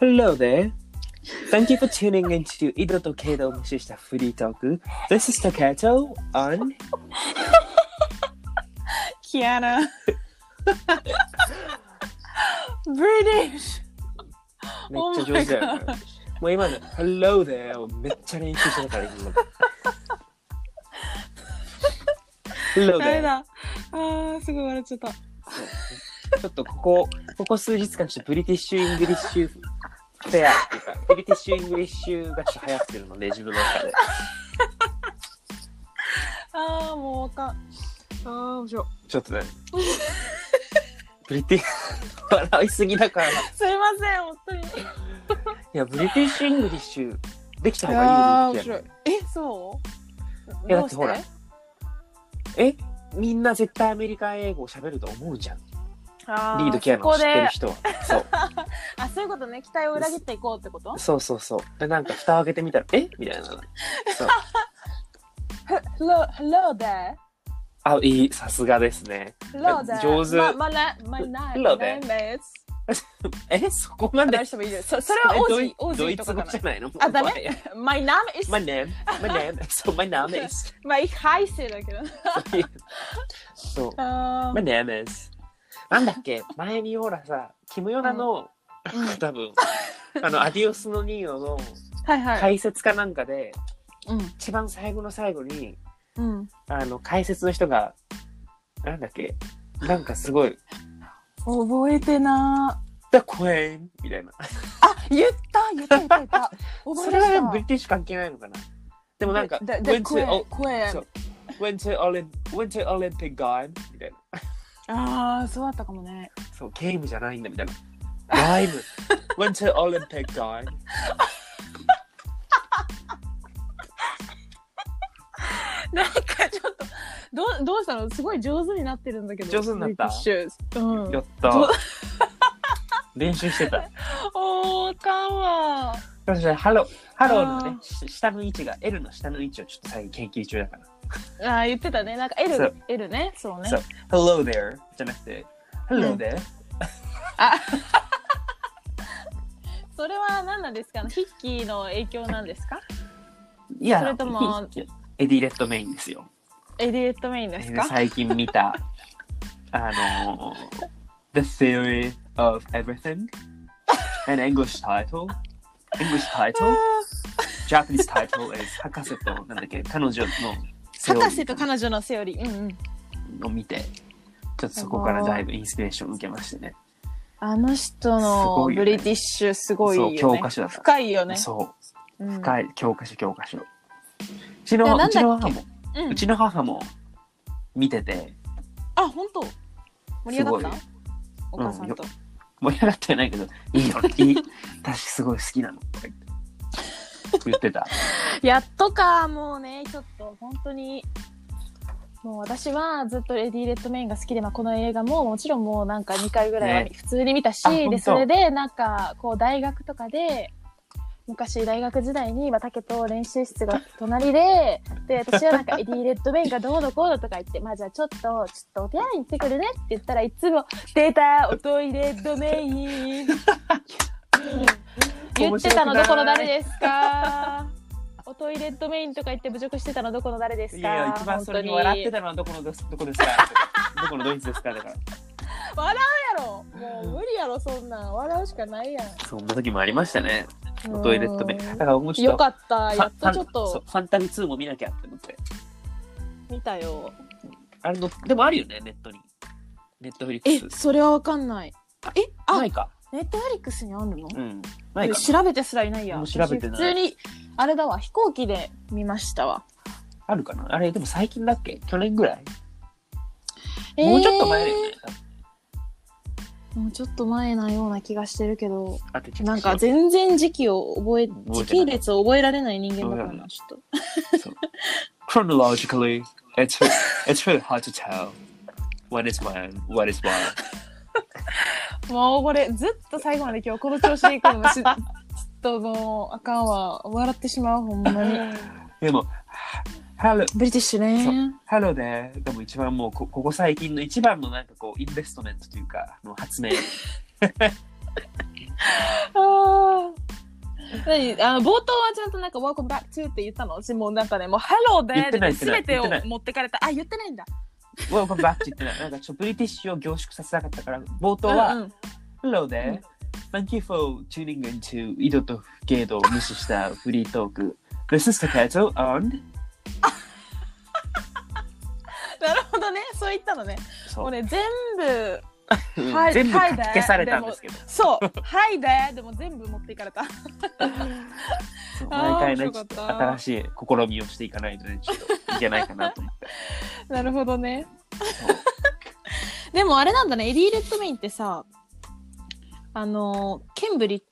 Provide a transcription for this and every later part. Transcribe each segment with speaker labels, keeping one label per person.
Speaker 1: Hello there. Thank you for tuning into Ido to Kato を無視したフリートーク。This is Takato on
Speaker 2: Kiana. British.
Speaker 1: めっちゃ上手だよな
Speaker 2: Oh my
Speaker 1: もう今の Hello there をめっちゃ練習してたから今の。Hello
Speaker 2: ダメ
Speaker 1: there.
Speaker 2: だ。あー、すごい笑っちゃった。
Speaker 1: ちょっとここ、ここ数日間ちょっとブリティッシュ・イングリッシュフェアっていうか、ブリティッシュ・イングリッシュがちょっと流行ってるので、自分の中で。
Speaker 2: あー、もうわかん。あー、面白い。
Speaker 1: ちょっとね。ブリテ ィ笑いすぎだから。い
Speaker 2: すいません、本当に。
Speaker 1: や、ブリティッシュ・イングリッシュできた方
Speaker 2: あ
Speaker 1: がいいよ
Speaker 2: ー、面
Speaker 1: ね
Speaker 2: 白い。え、そう
Speaker 1: いや
Speaker 2: どうして
Speaker 1: だってえ、みんな絶対アメリカ英語喋ると思うじゃん。
Speaker 2: あ
Speaker 1: リード・キャノン
Speaker 2: そ
Speaker 1: 知
Speaker 2: こ
Speaker 1: ってる
Speaker 2: で、
Speaker 1: 人は。そう。
Speaker 2: あ、そういうことね、期待を裏切っていこうってこと
Speaker 1: そうそうそう。で、なんか蓋を開けてみたら、えみたいな。そう。
Speaker 2: ?Hello, hello there.
Speaker 1: あ、いい、さすがですね。
Speaker 2: Hello there.
Speaker 1: 上手
Speaker 2: My, my, na- my na-
Speaker 1: Hello there.
Speaker 2: name is.
Speaker 1: え、そこまで
Speaker 2: 誰。してもいいです。そそれは王子、王
Speaker 1: ド
Speaker 2: 子
Speaker 1: イ
Speaker 2: と
Speaker 1: ツ
Speaker 2: か
Speaker 1: 語
Speaker 2: かな
Speaker 1: じゃ。ないの
Speaker 2: あダ
Speaker 1: も
Speaker 2: メ
Speaker 1: はや
Speaker 2: My name is.
Speaker 1: My name, my name, so my name is.
Speaker 2: まあ、いいはいせいだけど。
Speaker 1: そう。
Speaker 2: あ
Speaker 1: My name is. なんだっけ前にほらさ、キムヨナの、
Speaker 2: うんうん
Speaker 1: 多分、あの、アディオスのニーノの
Speaker 2: はいはい。
Speaker 1: 解説かなんかで、
Speaker 2: うん。
Speaker 1: 一番最後の最後に、
Speaker 2: うん。
Speaker 1: あの、解説の人が、なんだっけなんかすごい、
Speaker 2: 覚えてな
Speaker 1: The Queen! みたいな。
Speaker 2: ーあ言った言った言った言 った覚
Speaker 1: そ
Speaker 2: え
Speaker 1: れ
Speaker 2: ました
Speaker 1: はブリティッシュ関係ないのかなでもなんか、
Speaker 2: で
Speaker 1: Went
Speaker 2: で
Speaker 1: to,
Speaker 2: 声
Speaker 1: O-
Speaker 2: 声
Speaker 1: そう went to, Olymp went to Olympic Game みたいな。
Speaker 2: ああそうだったかもね
Speaker 1: そう、ゲームじゃないんだみたいな。ライ ム went to Olympic Game
Speaker 2: なんかちょっとどうどうしたのすごい上手になってるんだけど
Speaker 1: 上手になった
Speaker 2: ブリティッシュうん
Speaker 1: やった
Speaker 2: そう。
Speaker 1: 練習してた。
Speaker 2: おーかんわ
Speaker 1: 確かに、ハロー、ハローのね
Speaker 2: あ、
Speaker 1: し下の位置が、L の下の位置をちょっと最近研究中だから。
Speaker 2: あー言ってたねなんか
Speaker 1: そ
Speaker 2: L
Speaker 1: う
Speaker 2: L ねそうね
Speaker 1: そう Hello there じゃなくて、Hello there、
Speaker 2: それは何なんですかヒッキーの影響なんですか
Speaker 1: いや、
Speaker 2: それとも
Speaker 1: エディ・レッドメインですよ。
Speaker 2: エディエットメインですか
Speaker 1: 最近見 た、あのー、The Theory of Everything, an English title, English
Speaker 2: あ
Speaker 1: title,
Speaker 2: ー
Speaker 1: Japanese title is 博士と、なんだっけ、彼女のセオリー
Speaker 2: 博士と彼女のセオリーうんうん
Speaker 1: を見て、ちょっとそこからだいぶインスピレーションを受けましてね。
Speaker 2: あの人
Speaker 1: す
Speaker 2: の
Speaker 1: ごいよ
Speaker 2: ブ
Speaker 1: ね
Speaker 2: リティッシュすごいよね。
Speaker 1: そう教科書だった
Speaker 2: 深いよね。
Speaker 1: そう。
Speaker 2: うん
Speaker 1: 深い教科書教科書うち
Speaker 2: いや
Speaker 1: の
Speaker 2: な
Speaker 1: う
Speaker 2: んだっ
Speaker 1: ち
Speaker 2: け
Speaker 1: の母も、
Speaker 2: う
Speaker 1: うんちの母も見てて
Speaker 2: あ、本当。盛り上がった
Speaker 1: す。
Speaker 2: お母さんと。
Speaker 1: 盛り上がってはないけ ど「いいよいい私すごい好きなの」とか言って言ってた
Speaker 2: やっとか、もうね、ちょっと本当に。もう私はずっとレディー・レッドメインが好きで、まあ、この映画ももちろんもうなんか2回ぐらいは
Speaker 1: ね
Speaker 2: 普通に見たし、
Speaker 1: あ本当
Speaker 2: でそれでなんかこう大学とかで昔大学時代に竹と練習室が隣でで私はなんかエディ・レッドメインがどうのこうのとか言ってまあじゃあちょっとちょっとお手洗いに行ってくるねって言ったらいつも「出たおトイレッドメイン」言ってたのどこの誰ですかおトイレットメインとか言って侮辱してたのどこの誰ですか
Speaker 1: いや一番それに
Speaker 2: 本当
Speaker 1: 笑ってたのはどこのどどこですか とかどこのドイツですかだから
Speaker 2: やろもう無理やろそんなん笑うしかないや
Speaker 1: そんな時もありましたね
Speaker 2: ん
Speaker 1: トイレットメインだからもうちょ
Speaker 2: よ
Speaker 1: っと
Speaker 2: かったやっ
Speaker 1: ファ
Speaker 2: と
Speaker 1: ン
Speaker 2: ちょっ
Speaker 1: そう
Speaker 2: と
Speaker 1: ファンタビ2も見なきゃって思って
Speaker 2: 見たよ
Speaker 1: あれのでもあるよねネットにネットフリ
Speaker 2: え
Speaker 1: ックス
Speaker 2: それはわかんないえあ
Speaker 1: ないか
Speaker 2: ネットフリックスにあるの
Speaker 1: うんないかな
Speaker 2: 調べてすらいないや
Speaker 1: もう調べてない
Speaker 2: 私普通にあれだわ飛行機で見ましたわ
Speaker 1: あるかなあれでも最近だっけ去年ぐらいもうちょっと前だよね。
Speaker 2: えーもうちょっと前なような気がしてるけど
Speaker 1: あとちょっと
Speaker 2: なんか全然時期を覚え、
Speaker 1: 覚え
Speaker 2: 時
Speaker 1: てない
Speaker 2: 系列を覚えられない人間だから
Speaker 1: う
Speaker 2: な、ちょっと。
Speaker 1: chronologically, it's it's really hard to tell what is when, what is why.
Speaker 2: もうこれ、ずっと最後まで今日この調子でいくのし、ちょっともう、あかんわ。笑ってしまう、ほんま に。
Speaker 1: でも、Hello,
Speaker 2: ブリティッシュね。
Speaker 1: Hello there でも一番もうこここ 最近の一番のなんかこうインベストメントというかあの発明。
Speaker 2: あー何あの冒頭はちゃんとなんか「Welcome back to」って言ったの私もうなんかねもう「Hello
Speaker 1: 言って
Speaker 2: there」
Speaker 1: ない
Speaker 2: で全て
Speaker 1: 言ってない
Speaker 2: を持ってかれたあ言ってないんだ
Speaker 1: わ、これバッチってな、なんかちょっとブリティッシュを凝縮させなかったから、冒頭
Speaker 2: う
Speaker 1: は、
Speaker 2: んうん
Speaker 1: Hello
Speaker 2: う
Speaker 1: there.
Speaker 2: ん
Speaker 1: Thank you for tuning into 井戸とゲードを無視したフリートーク。This is Takato and
Speaker 2: なるほどねそう言ったのね
Speaker 1: そ
Speaker 2: もう
Speaker 1: う。
Speaker 2: ね全部
Speaker 1: うん
Speaker 2: はい
Speaker 1: 全部
Speaker 2: は
Speaker 1: か
Speaker 2: い
Speaker 1: き
Speaker 2: だよ
Speaker 1: 消されたんですけど、
Speaker 2: そう「はいで」でも全部持っていかれた
Speaker 1: そう
Speaker 2: あ
Speaker 1: 毎回
Speaker 2: ー
Speaker 1: ね、
Speaker 2: 面
Speaker 1: ちょ
Speaker 2: 白
Speaker 1: っ
Speaker 2: かった
Speaker 1: と新しい試みをしていかないとね、ちょっといけないかなと思って。
Speaker 2: なるほどね
Speaker 1: そう
Speaker 2: でもあれなんだねエディ・レッドメインってさあのケンブリ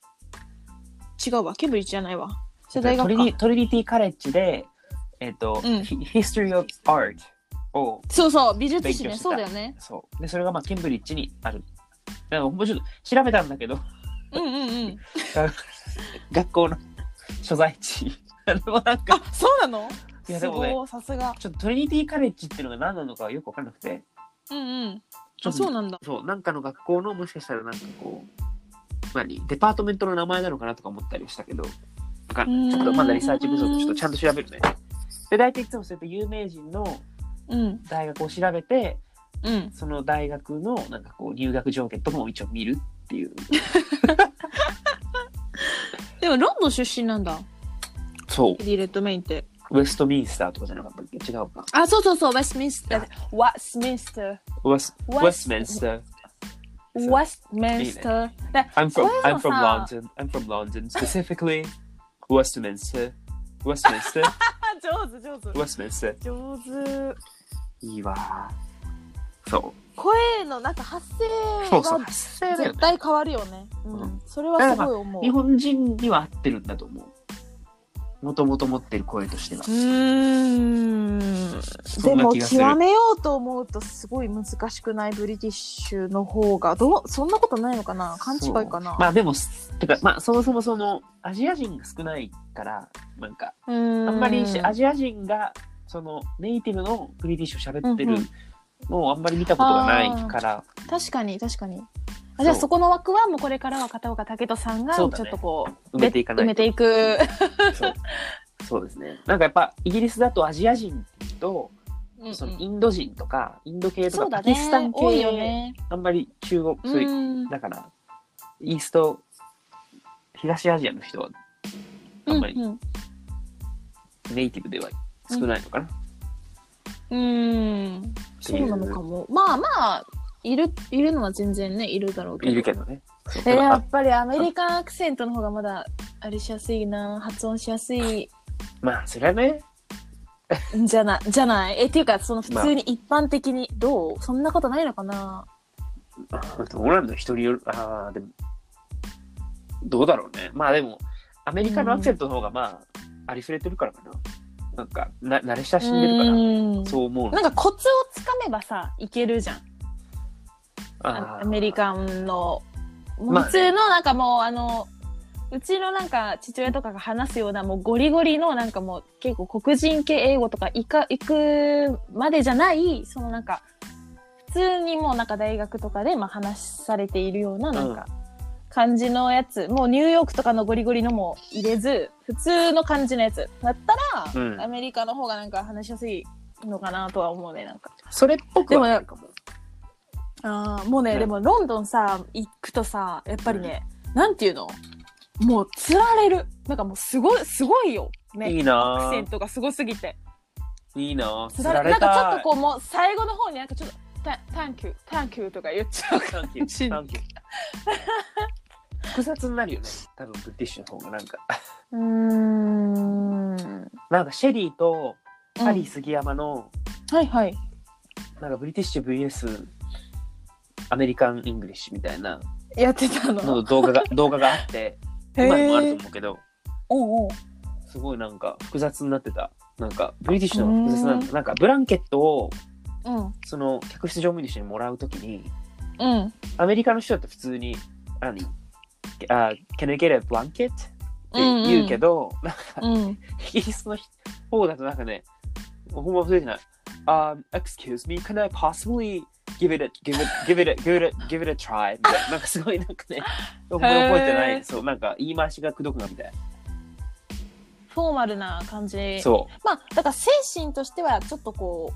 Speaker 2: 違うわケンブリッジじゃないわそれ大
Speaker 1: ト
Speaker 2: 学
Speaker 1: リ
Speaker 2: か
Speaker 1: ニトリニティカレッジで、えっ、と、
Speaker 2: うん
Speaker 1: ヒ History of Art を、
Speaker 2: そうそう美術史
Speaker 1: 勉強
Speaker 2: ね
Speaker 1: してた
Speaker 2: そうだよね
Speaker 1: そう。で、それがまあ、ケンブリッジにある。なんかもうちょっと調べたんだけど、
Speaker 2: うんうんうん
Speaker 1: 学校の所在地。 でもなんか、
Speaker 2: あそうなの
Speaker 1: いやでもね
Speaker 2: すごいさすが
Speaker 1: ちょっとトリニティカレッジっていうのが何なのかよくわかんなくて、
Speaker 2: うんうん
Speaker 1: ちょ
Speaker 2: あ
Speaker 1: っと
Speaker 2: そうなんだ
Speaker 1: そう、なんかの学校のもしかしたらなんかこう、何デパートメントの名前なのかなとか思ったりしたけど、わかんないちょっとまだリサーチ不足、ちょっとちゃんと調べるね。で、大体いつもそうやって有名人の
Speaker 2: うん
Speaker 1: 大学を調べて、
Speaker 2: うん
Speaker 1: その大学のなんかこう入学条件とかも一応見るっていう。
Speaker 2: でもロンドン出身なんだ
Speaker 1: そう
Speaker 2: エ。ディ・レッドメインって
Speaker 1: ウェストミンスターとかじゃなかったっけ違うか。
Speaker 2: あそうそうそうウェストミンスターウェストミンスター
Speaker 1: ウェスウ
Speaker 2: ウ
Speaker 1: ェ
Speaker 2: ェ
Speaker 1: ス
Speaker 2: ス
Speaker 1: トミンスター。
Speaker 2: ウェストミンスターだ
Speaker 1: I'm from,
Speaker 2: そういう
Speaker 1: I'm
Speaker 2: の
Speaker 1: from
Speaker 2: さ
Speaker 1: London. I'm from London. Specifically, Westminster. Westminster.
Speaker 2: あ上手上手
Speaker 1: Westminster.
Speaker 2: 上手
Speaker 1: いいわ。そう。
Speaker 2: 声のなんか発
Speaker 1: そう
Speaker 2: 声
Speaker 1: そう
Speaker 2: が
Speaker 1: 発声だよ
Speaker 2: 絶
Speaker 1: ね
Speaker 2: 対変わるよね。う
Speaker 1: うんん、
Speaker 2: それはすごい思う。
Speaker 1: 日本人には合ってるんだと思う。もともと持ってる声としては
Speaker 2: う。ーん
Speaker 1: そ
Speaker 2: で
Speaker 1: んな
Speaker 2: も
Speaker 1: 気がする
Speaker 2: 極めようと思うとすごい難しくないブリティッシュの方がどうそんなことないのかな勘違いか
Speaker 1: そ
Speaker 2: な
Speaker 1: うまあでも、すてか、まあそもそもその、アジア人が少ないから、なんか、
Speaker 2: うーん
Speaker 1: あんまりしアジア人がそのネイティブのブリティッシュを喋ってる
Speaker 2: うん
Speaker 1: のをあんまり見たことがないから、
Speaker 2: 確かに確かに
Speaker 1: そう
Speaker 2: あじゃあそこの枠はもうこれからは片岡武人さんがち
Speaker 1: そ
Speaker 2: ょ
Speaker 1: う
Speaker 2: っ
Speaker 1: だね
Speaker 2: とこう
Speaker 1: 埋めていかない
Speaker 2: 埋めていく
Speaker 1: そうそうですねなんかやっぱイギリスだとアジア人っていうと、
Speaker 2: うんうん
Speaker 1: そのインド人とかインド系と
Speaker 2: そ
Speaker 1: か
Speaker 2: うだ
Speaker 1: パ
Speaker 2: ね
Speaker 1: キスタン系、
Speaker 2: 多いよね
Speaker 1: あんまり中国そう
Speaker 2: う
Speaker 1: いう、
Speaker 2: ん
Speaker 1: だからイースト東アジアの人はあんまり
Speaker 2: うんうん
Speaker 1: ネイティブでは少ないのかな、
Speaker 2: うーん
Speaker 1: って
Speaker 2: そ
Speaker 1: いう
Speaker 2: うなのかもまあまあいるいるのは全然ねいるだろうけど
Speaker 1: いるけどね。そうだ
Speaker 2: え
Speaker 1: から
Speaker 2: や
Speaker 1: あ
Speaker 2: っぱりアメリカンアクセントの方がまだあれしやすいな発音しやすい
Speaker 1: まあそれはね
Speaker 2: んじゃないじゃないえっていうかその普通に一般的にどうそんなことないのかな
Speaker 1: あどうなんだ人によるああでもどうだろうねまあでもアメリカのアクセントの方がまあ、ありふれてるからかななんかな慣れ親しんでるから、
Speaker 2: うん
Speaker 1: そう思うの
Speaker 2: なんかコツをつかめばさいけるじゃん
Speaker 1: あ
Speaker 2: あ
Speaker 1: ー
Speaker 2: アメリカンのもう
Speaker 1: まあね
Speaker 2: 普通のなんかもうあのうちのなんか父親とかが話すようなもうゴリゴリのなんかもう結構黒人系英語とかいか行くまでじゃないそのなんか普通にもうなんか大学とかでまあ話されているようななんか感じのやつ、もうニューヨークとかのゴリゴリのも入れず普通の感じのやつだったら、
Speaker 1: うん
Speaker 2: アメリカの方がなんか話しやすいのかなとは思うねなんか。
Speaker 1: それっぽくは
Speaker 2: でも
Speaker 1: なるかも
Speaker 2: ああもうね、
Speaker 1: うん
Speaker 2: でもロンドンさ行くとさやっぱりね、なんていうのもうつられるなんかもうすごいすごいよね
Speaker 1: いい
Speaker 2: ア
Speaker 1: な
Speaker 2: クセン
Speaker 1: ぁ
Speaker 2: トがすごすぎて
Speaker 1: いいなぁ
Speaker 2: つ
Speaker 1: つ
Speaker 2: ら
Speaker 1: ら
Speaker 2: れ
Speaker 1: れ
Speaker 2: なん
Speaker 1: た
Speaker 2: かちょっとこうもう最後の方になんかちょっと「タタンキュータンキュー」とか言っちゃう
Speaker 1: サンキュ
Speaker 2: ち
Speaker 1: ーサンキュー複雑になるよね多分ブリティッシュの方がなんか
Speaker 2: うーん
Speaker 1: なんかシェリーとハリー杉山の、
Speaker 2: はいはい
Speaker 1: なんかブリティッシュ VS アメリカン・イングリッシュみたいな
Speaker 2: やってたの
Speaker 1: の動画 が動画があって
Speaker 2: へー
Speaker 1: 今でもあると思うけど
Speaker 2: おうおう
Speaker 1: すごいなんか複雑になってたなんかブリティッシュの方が複雑なんだなんかブランケットを
Speaker 2: うん
Speaker 1: その客室乗務員の人にもらうときに
Speaker 2: うん
Speaker 1: アメリカの人だって普通に「何あ Can I get a blanket?」って言うけど、なんか
Speaker 2: うん
Speaker 1: イギリスの方だとなんかねほんま忘れてない「Um, excuse me, can I possibly give it a, give it, give it a, give it a, give it a try みたいな。なんかすごいなんかね、僕も覚えてな
Speaker 2: へ
Speaker 1: い。
Speaker 2: ー
Speaker 1: そう、なんか言い回しがくどくなみたい
Speaker 2: フォーマルな感じ
Speaker 1: な。そう。
Speaker 2: まあだから精神としてはちょっとこ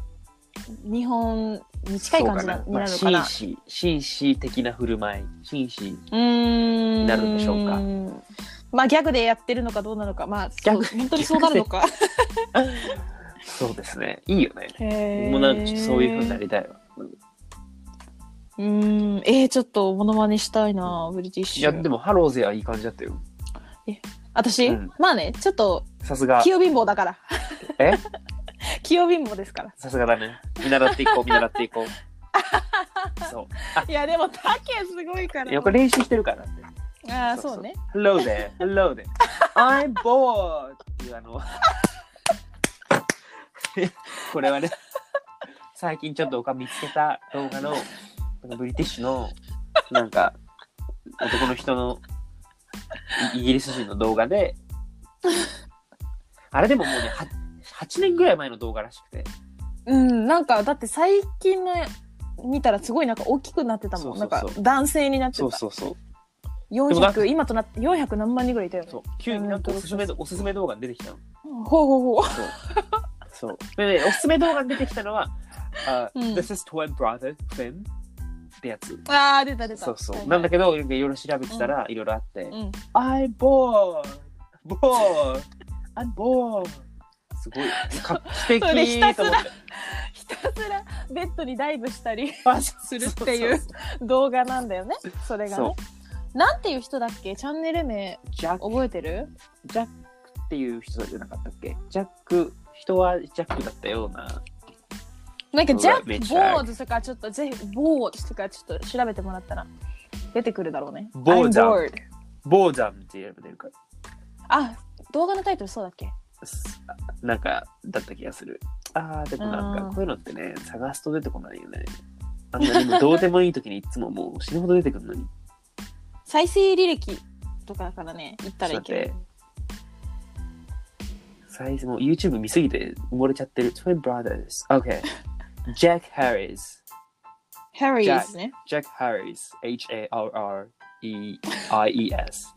Speaker 2: う日本に近い感じな
Speaker 1: そう
Speaker 2: になるの
Speaker 1: か
Speaker 2: か
Speaker 1: な
Speaker 2: な、
Speaker 1: まあ紳士、紳士的な振る舞い。紳士。
Speaker 2: うーん
Speaker 1: なるんでしょうか
Speaker 2: まあギャグでやってるのかどうなのかまあ
Speaker 1: ャグ
Speaker 2: そう本当にそうなるのか
Speaker 1: そうですね。いいよね。
Speaker 2: へー
Speaker 1: 僕 もなんかちょっとそういうふうになりたいわ。
Speaker 2: うーんえー、ちょっとモノマネしたいなブリティッ
Speaker 1: い
Speaker 2: シ
Speaker 1: や、で
Speaker 2: ュ
Speaker 1: も、ハローゼはいい感じだったよ。
Speaker 2: 私、
Speaker 1: うん
Speaker 2: まあねちょっと
Speaker 1: さすが、
Speaker 2: 器用貧乏だから
Speaker 1: え
Speaker 2: 器用貧乏ですから
Speaker 1: さすがだね。見習っていこう、見習っていこう。そう。
Speaker 2: いやでもタケすごいから
Speaker 1: いや、これ練習してるからって。
Speaker 2: ああそうね
Speaker 1: Hello there, hello there. I'm bored! っていうあの、 これはね、最近ちょっと僕が見つけた動画の、なんかブリティッシュの、なんか、男の人の、イイギリス人の動画で、あれでももうね、は8年ぐらい前の動画らしくて、
Speaker 2: うんなんかだって最近の見たらすごいなんか大きくなってたもん
Speaker 1: そうそうそう
Speaker 2: なんか男性になってた
Speaker 1: そうそうそう、もなん
Speaker 2: 400今となって400何万人ぐらいいたよね
Speaker 1: そう急になんかおすすめおすすめ動画に出てきたの。
Speaker 2: ほうほうほう
Speaker 1: そう。で、ね、おすすめ動画に出てきたのは、あ
Speaker 2: うん
Speaker 1: This is Twin Brother Finn ってやつ。
Speaker 2: ああ出た出た
Speaker 1: そうそう。なんだけど、いろいろ調べてたら、いろいろあって、I'm bored! bored! I'm bored! すごい、画 期的
Speaker 2: それひたす
Speaker 1: と
Speaker 2: ら
Speaker 1: 思って。
Speaker 2: ひたすらベッドにダイブしたり
Speaker 1: パス
Speaker 2: するっていう動画なんだよねそれがね
Speaker 1: そ
Speaker 2: なんていう人だっけチャンネル名
Speaker 1: ジャック
Speaker 2: 覚えてる
Speaker 1: ジャックっていう人じゃなかったっけジャック、人はジャックだったような。
Speaker 2: なんかジャッ
Speaker 1: め
Speaker 2: ク・
Speaker 1: ちゃ
Speaker 2: ボーズとかちょっとぜひボーズとかちょっと調べてもらったら出てくるだろうね
Speaker 1: ボーズ
Speaker 2: I'm bored
Speaker 1: ボーダムって呼ばれるから。
Speaker 2: あ動画のタイトルそうだっけ
Speaker 1: すなんかだった気がする。ああ、でもなんか
Speaker 2: うん
Speaker 1: こういうのってね、探すと出てこないよね。あんなにもうどうでもいい時にいつももう死ぬほど出てくるのに。
Speaker 2: 再生履歴とかからね行ったらいいけ
Speaker 1: ち
Speaker 2: ど
Speaker 1: ょっ最初もう YouTube 見すぎて埋もれちゃってる。Twin Brothers。OK。Jack Harris。
Speaker 2: ハリーですね
Speaker 1: Jack Harris。H-A-R-R-E-I-E-S。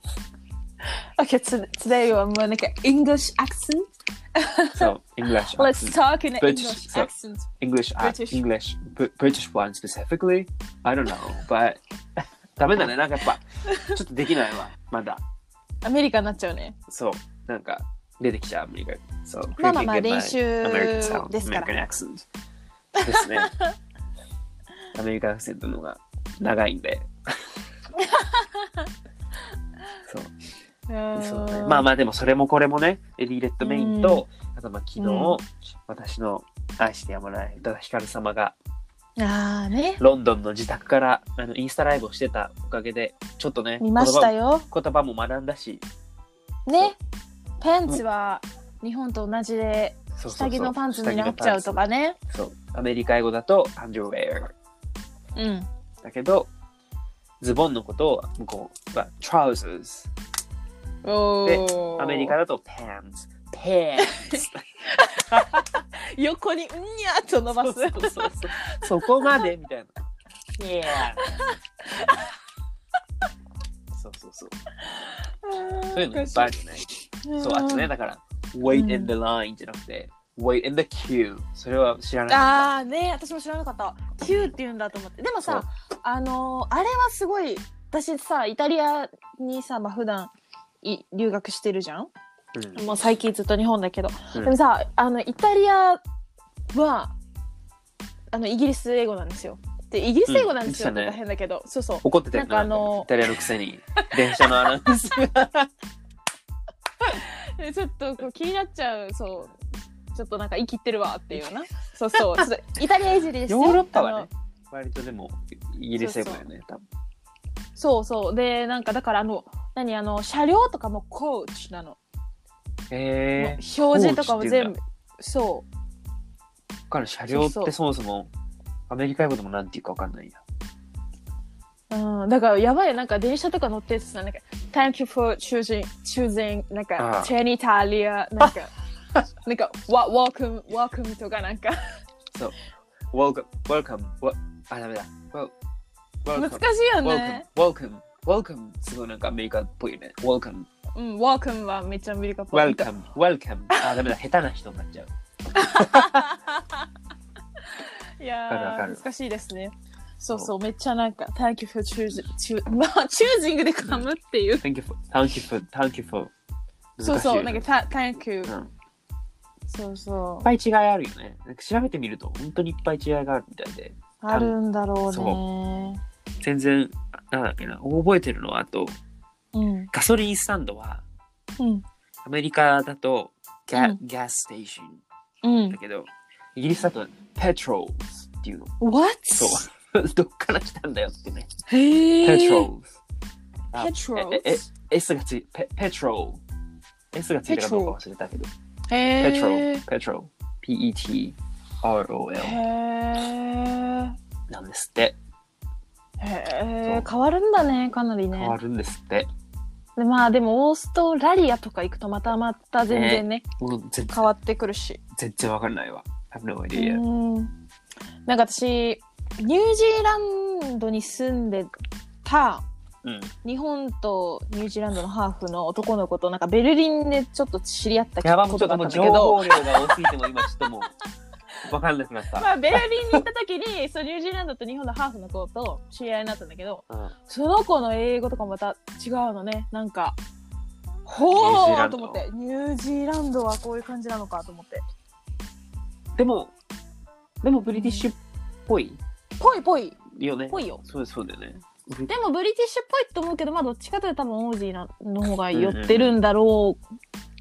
Speaker 2: Okay, t- today we're more like an English accent.
Speaker 1: そう、English
Speaker 2: Let's
Speaker 1: accent.
Speaker 2: talk in an
Speaker 1: British,
Speaker 2: English
Speaker 1: so-
Speaker 2: accent.
Speaker 1: English, uh,
Speaker 2: British.
Speaker 1: English, Br- British one specifically? I don't know, but ダメだね。なんかやっぱ、 ちょっとできないわ。まだ。
Speaker 2: アメリカになっちゃうね。
Speaker 1: そう。なんか、出てきちゃう、アメリカ。そう。
Speaker 2: まあまあまあ
Speaker 1: Freaking get my
Speaker 2: 練習
Speaker 1: American sound,
Speaker 2: ですから
Speaker 1: American accent です ね。アメリカンアクセントの方が長いん で。そう。そうね、まあ
Speaker 2: ま
Speaker 1: まあでもそれもこれもねエディ・レッドメインと、あとまあ昨日、
Speaker 2: うん
Speaker 1: 私の愛してやまない宇多田ヒカル様が
Speaker 2: あ。ああね。
Speaker 1: ロンドンの自宅からあのインスタライブをしてたおかげでちょっとね
Speaker 2: 見ましたよ。
Speaker 1: 言葉も言葉も学んだし
Speaker 2: ね。パンツは日本と同じで
Speaker 1: そうそ
Speaker 2: 下
Speaker 1: うそう
Speaker 2: 着のパンツになっちゃうとか
Speaker 1: 下
Speaker 2: ね。
Speaker 1: 着のパンツそうアメリカ英語だと underwear
Speaker 2: うん。
Speaker 1: だけどズボンのことを向こうは trousers
Speaker 2: お
Speaker 1: アメリカだと pants pants
Speaker 2: 横にうんにゃーと 伸ばす。
Speaker 1: そうそうそうそうそこまでみたいな。そうそうそう。そういうのいっぱいあるよね。そう、あとね、だから、wait in the line じゃなくて、wait in the queue。それは知らな
Speaker 2: ああね私も知らなかった Q って言うんだと思ってでもさあのーあれはすごい私さイタリアにさまあ普段い留学してるじゃん
Speaker 1: いった。
Speaker 2: もう最近ずっと日本だけど、
Speaker 1: うん
Speaker 2: でもさあのイタリアはあのイギリス英語なんですよでイギリス英語なんですよ、
Speaker 1: うん
Speaker 2: って
Speaker 1: 言ってたね
Speaker 2: 大変だけどそうそう
Speaker 1: 怒ってたよ
Speaker 2: なんかあの
Speaker 1: イタリアのくせに、電車のアナウンスが。
Speaker 2: でちょっとこう気になっちゃうそうちょっとなんか生きってるわっていうようなそうそうちょっとイタリアいじりです
Speaker 1: ヨ
Speaker 2: よ
Speaker 1: ーロッパ
Speaker 2: あ
Speaker 1: は
Speaker 2: の
Speaker 1: ね、割とでも、イギリス英語だよね、多分。
Speaker 2: そうそう。で、なんかだからあの、何あの、車両とかもコーチなの。もう
Speaker 1: え
Speaker 2: 表
Speaker 1: ー、
Speaker 2: 示とかも全
Speaker 1: コ
Speaker 2: 部。そ
Speaker 1: だから車両ってそもそも、アメリカ英語でもなんていうかわかんないや。
Speaker 2: う。うん。だからやばいよ。なんか電車とか乗ってるとさ、なんか、Thank you for choosing, choosing, なん
Speaker 1: あ
Speaker 2: か
Speaker 1: あ、
Speaker 2: チェニ タリア、なんか、なんか、わ welcome, welcome とかなんか、
Speaker 1: そう welcome, welcome, wel- あ、ダメだ。Wel-
Speaker 2: 難
Speaker 1: welcome,
Speaker 2: しいよ
Speaker 1: welcome,
Speaker 2: ね。
Speaker 1: welcome, welcome すごいなんかアメリカっぽいよね。welcome,
Speaker 2: うん、ワークンはめっちゃアメリカっぽい。
Speaker 1: welcome, welcome あ、ダメだ。下手な人になっちゃう。わかるわ
Speaker 2: い
Speaker 1: か
Speaker 2: や
Speaker 1: る
Speaker 2: ー、難しいですね。そうそう、めっちゃなんか、Thank you for choosing, choo- まあ、choosing で噛むっていう。
Speaker 1: Thank you for, thank you for, thank you for
Speaker 2: そうそう、なんか、
Speaker 1: 難しいよね
Speaker 2: tha- Thank you
Speaker 1: う。んいっ
Speaker 2: そうそ
Speaker 1: ぱい違いあるよね。なんか調べてみると、本当にいっぱい違いがあるみたいで。
Speaker 2: う。あるんだろ
Speaker 1: そう
Speaker 2: ね。
Speaker 1: 全然、あなんだっけな、覚えてるのは、あと、
Speaker 2: うん。
Speaker 1: ガソリンスタンドは、
Speaker 2: うん。
Speaker 1: アメリカだと、ガ,、
Speaker 2: うん
Speaker 1: ガスステーション
Speaker 2: うん
Speaker 1: だ。けど、イギリスだと、ペトローズっていうの。
Speaker 2: What?
Speaker 1: そう。 どっから来たんだよってね。
Speaker 2: へえ。
Speaker 1: ペトローズ。あ
Speaker 2: ペトロ
Speaker 1: えええ S がついペ、ペトロー。S がついたかどうか忘れたけど、
Speaker 2: へ
Speaker 1: ペトロ
Speaker 2: え
Speaker 1: ー、。ペトロー、P-E-T-R-O-L
Speaker 2: へ
Speaker 1: なんですって。
Speaker 2: え。
Speaker 1: そ
Speaker 2: へ
Speaker 1: う
Speaker 2: え。変わるんだね、かなりね。
Speaker 1: 変わるんですって。
Speaker 2: でまあでもオーストラリアとか行くとまたまた全然ね
Speaker 1: もう全
Speaker 2: 変わってくるし、
Speaker 1: 全然わかんないわ。I have no
Speaker 2: う
Speaker 1: idea.
Speaker 2: ーんなんか私ニュージーランドに住んでた
Speaker 1: うん。
Speaker 2: 日本とニュージーランドのハーフの男の子となんかベルリンでちょっと知り合った
Speaker 1: やば、も
Speaker 2: こ
Speaker 1: うちょ
Speaker 2: と
Speaker 1: っ
Speaker 2: があ
Speaker 1: と
Speaker 2: った
Speaker 1: も
Speaker 2: ん
Speaker 1: う情
Speaker 2: だけど
Speaker 1: 報量が多すぎても今ちょっともう、 わかんなくなった。
Speaker 2: まあベルリンに行った時に そうニュージーランドと日本のハーフの子と知り合いになったんだけど
Speaker 1: うん
Speaker 2: その子の英語とかまた違うのねなんかほ
Speaker 1: ニュージーラ
Speaker 2: ー
Speaker 1: ン
Speaker 2: と
Speaker 1: ド
Speaker 2: 思ってニュージーランドはこういう感じなのかと思って
Speaker 1: でも、でもブリティッシュっぽい
Speaker 2: ぽいぽい
Speaker 1: よね。
Speaker 2: ぽいよ
Speaker 1: そうそうだよね。
Speaker 2: でもブリティッシュっぽいと思うけど、まあどっちかというと多分オージーなの方が寄ってるんだろ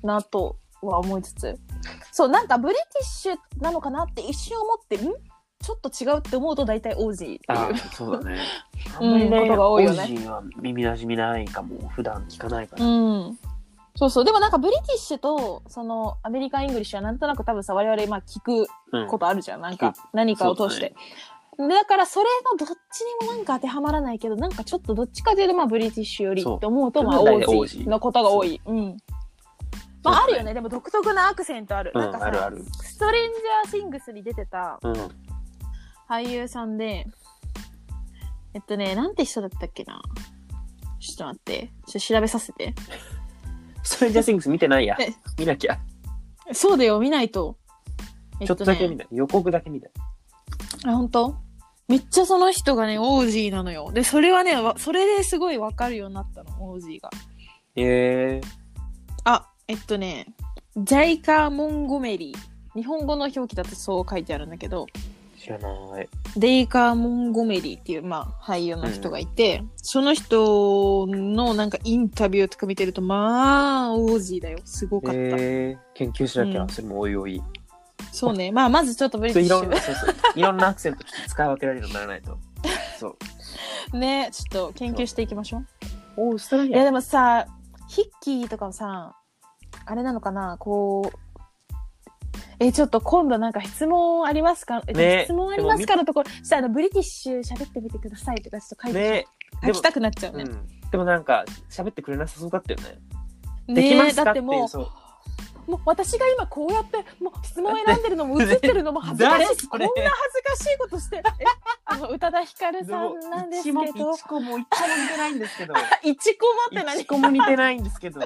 Speaker 2: うなとは思いつつ。そう、なんかブリティッシュなのかなって一瞬思って、んちょっと違うって思うと大体オージーって
Speaker 1: あ
Speaker 2: いう。
Speaker 1: そう だね。
Speaker 2: うんことが多いよね
Speaker 1: オージーは耳なじみないかも。普段聞かないから。
Speaker 2: うん。そうそう。でもなんかブリティッシュと、そのアメリカン・イングリッシュはなんとなく多分さ、我々まあ聞く
Speaker 1: うん
Speaker 2: ことあるじゃん。なんか何かを通して。でだからそれのどっちにもなんか当てはまらないけどなんかちょっとどっちかというとまあブリティッシュより
Speaker 1: そう
Speaker 2: って思うとまあ
Speaker 1: そ
Speaker 2: オ
Speaker 1: れは大体
Speaker 2: ージーのことが多い。うん。まああ
Speaker 1: そうですね
Speaker 2: るよね。でも独特なアクセントある。
Speaker 1: う
Speaker 2: なんか
Speaker 1: ん、あるあ
Speaker 2: さ、
Speaker 1: る。
Speaker 2: ストレンジャーシングスに出てた
Speaker 1: うん。
Speaker 2: 俳優さんで、えっとね、なんて人だったっけな。ちょっと待って。ちょっと調べさせて。
Speaker 1: ストレンジャーシングス見てないや
Speaker 2: え。
Speaker 1: 見なきゃ。
Speaker 2: そうだよ、見ないと。え
Speaker 1: ちょっとだけ見
Speaker 2: ね、
Speaker 1: ない。予告だけ見ない。
Speaker 2: あ、本当？めっちゃその人がね、オージーなのよ。で、それはね、わそれですごいわかるようになったの、オージーが。
Speaker 1: へえ。
Speaker 2: あ、えっとね、ジャイカー・モンゴメリー。日本語の表記だとそう書いてあるんだけど、
Speaker 1: 知らない。
Speaker 2: デイカー・モンゴメリーっていう、まあ、俳優の人がいて、その人のなんかインタビューとか見てると、まあ、オージーだよ。すごかっ
Speaker 1: へ
Speaker 2: た。
Speaker 1: え。研究しなき
Speaker 2: う
Speaker 1: ゃ。
Speaker 2: ん
Speaker 1: それもおいおい。
Speaker 2: そうね。まあ、まずちょっとブリティ
Speaker 1: い
Speaker 2: ッシ
Speaker 1: ろん
Speaker 2: ュ。
Speaker 1: な、そうそう。いろんなアクセント使い分けられるようにならないと。そう。
Speaker 2: ね、ちょっと研究していきましょう。
Speaker 1: オーストラ
Speaker 2: い
Speaker 1: リ
Speaker 2: や
Speaker 1: ア。
Speaker 2: でもさヒッキーとかもさあれなのかなこうえちょっと今度なんか質問ありますか、え
Speaker 1: ね
Speaker 2: 質問ありますかのところちょっとあのブリティッシュ喋ってみてくださいとかちょっと書いて、
Speaker 1: ねで
Speaker 2: 書
Speaker 1: も
Speaker 2: きたくなっちゃう
Speaker 1: う
Speaker 2: ね,、
Speaker 1: ん。でもなんか、喋ってくれなさそうだったよね。
Speaker 2: ね
Speaker 1: できます
Speaker 2: だ
Speaker 1: か
Speaker 2: っ
Speaker 1: って
Speaker 2: て
Speaker 1: いう
Speaker 2: も
Speaker 1: そう
Speaker 2: うもう私が今こうやってもう質問選んでるのも映ってるのも恥ず かしいしこん
Speaker 1: 誰
Speaker 2: な
Speaker 1: それ
Speaker 2: 恥ずかしいことしてえあの宇多田ヒカル
Speaker 1: で
Speaker 2: さ
Speaker 1: も
Speaker 2: んなんですけ
Speaker 1: 一
Speaker 2: ど
Speaker 1: も一個も一個も似てないんです けど。
Speaker 2: 一コマって何
Speaker 1: 一個も似てないんですけど。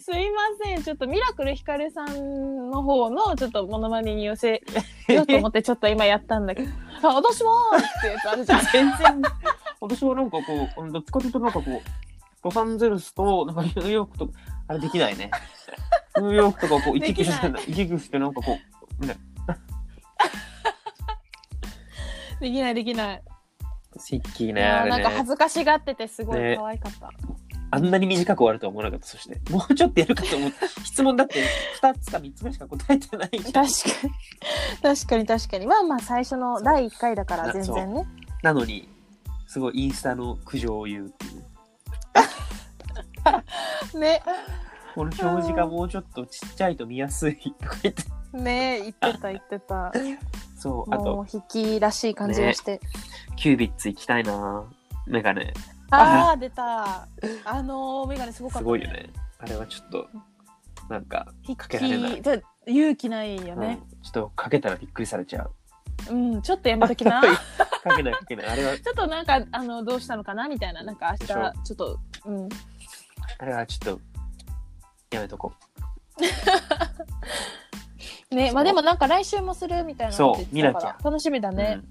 Speaker 2: すいません、ちょっとミラクルひかるさんの方のちょっとモノマネに 寄せようと思ってちょっと今やったんだけど、あ、私もーってやつあるじゃん。
Speaker 1: 全然。私はなんかこう、どっちかというとなんかこう、ロサンゼルスと、なんかニューヨークと、あれできない ね。ニューヨークとかこう、行き来して
Speaker 2: でき
Speaker 1: ない、行き来してなんかこう、ね、
Speaker 2: できないできない。
Speaker 1: シッキーね、
Speaker 2: あ
Speaker 1: あ
Speaker 2: ー
Speaker 1: れ
Speaker 2: なんか
Speaker 1: ね
Speaker 2: 恥。ずかしがっててすごい
Speaker 1: ね
Speaker 2: 可愛かった。
Speaker 1: あんなに短く終わるとは思わなかった。そして、もうちょっとやるかと思った。質問だって2つか3つぐらいしか答えて ないじゃん
Speaker 2: 確かに。確かに確かに。まあまあ最初の第1回だから全然ね。
Speaker 1: なのに、すごいインスタの苦情を言うっていう。
Speaker 2: ね。
Speaker 1: この表示がもうちょっとちっちゃいと見や すいとか言って。
Speaker 2: ね言ってた言ってた。
Speaker 1: そう、あ
Speaker 2: も
Speaker 1: と、
Speaker 2: う引きらしい感じがして。
Speaker 1: キュービッツ行きたいなメガネ。
Speaker 2: ああ、出た。あのー、メガネすごかった、
Speaker 1: すごいよ。ね。あれはちょっと、なんか、
Speaker 2: 引
Speaker 1: かけられない
Speaker 2: き、勇気ないよね。
Speaker 1: うんちょっとかけたらびっくりされちゃう。
Speaker 2: うん、ちょっとやめときな。
Speaker 1: かけないかけない。あれは、
Speaker 2: ちょっとなんか、あの、どうしたのかなみたいな、なんか明日、
Speaker 1: でしょ
Speaker 2: ちょっと、うん。
Speaker 1: あれはちょっと、やめとこ
Speaker 2: ね、
Speaker 1: そう
Speaker 2: まあでもなんか来週もするみたいなの
Speaker 1: そう
Speaker 2: 言ってたから
Speaker 1: 見なき
Speaker 2: 楽しみだ
Speaker 1: う。
Speaker 2: ね。
Speaker 1: うん。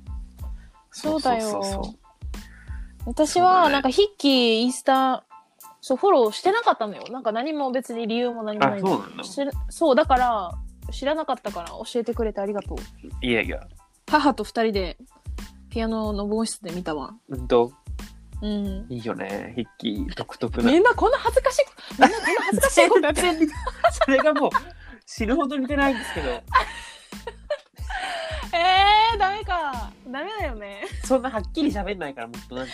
Speaker 2: そうだよ
Speaker 1: そうそうそう
Speaker 2: 私
Speaker 1: そうだ
Speaker 2: は、
Speaker 1: ね
Speaker 2: なんかヒッキー、インスタ、そう、フォローしてなかったのよ。なんか何も別に理由も何も
Speaker 1: あ
Speaker 2: な、い
Speaker 1: そうなんだ。
Speaker 2: 知らそう、だから、知らなかったから教えてくれてありがとう。
Speaker 1: いやいや、
Speaker 2: 母と二人で、ピアノの防音室で見たわ。
Speaker 1: うんと、
Speaker 2: うん。
Speaker 1: いいよね。ヒッキー独特な
Speaker 2: み。んなこんな恥ずかしい、みんなこんな恥ずかしいこと言ってんの
Speaker 1: それがもう、死ぬほど似てないんですけど、
Speaker 2: えー、ダメか。ダメだよね。
Speaker 1: そんなはっきり喋んないから、もっとなんか。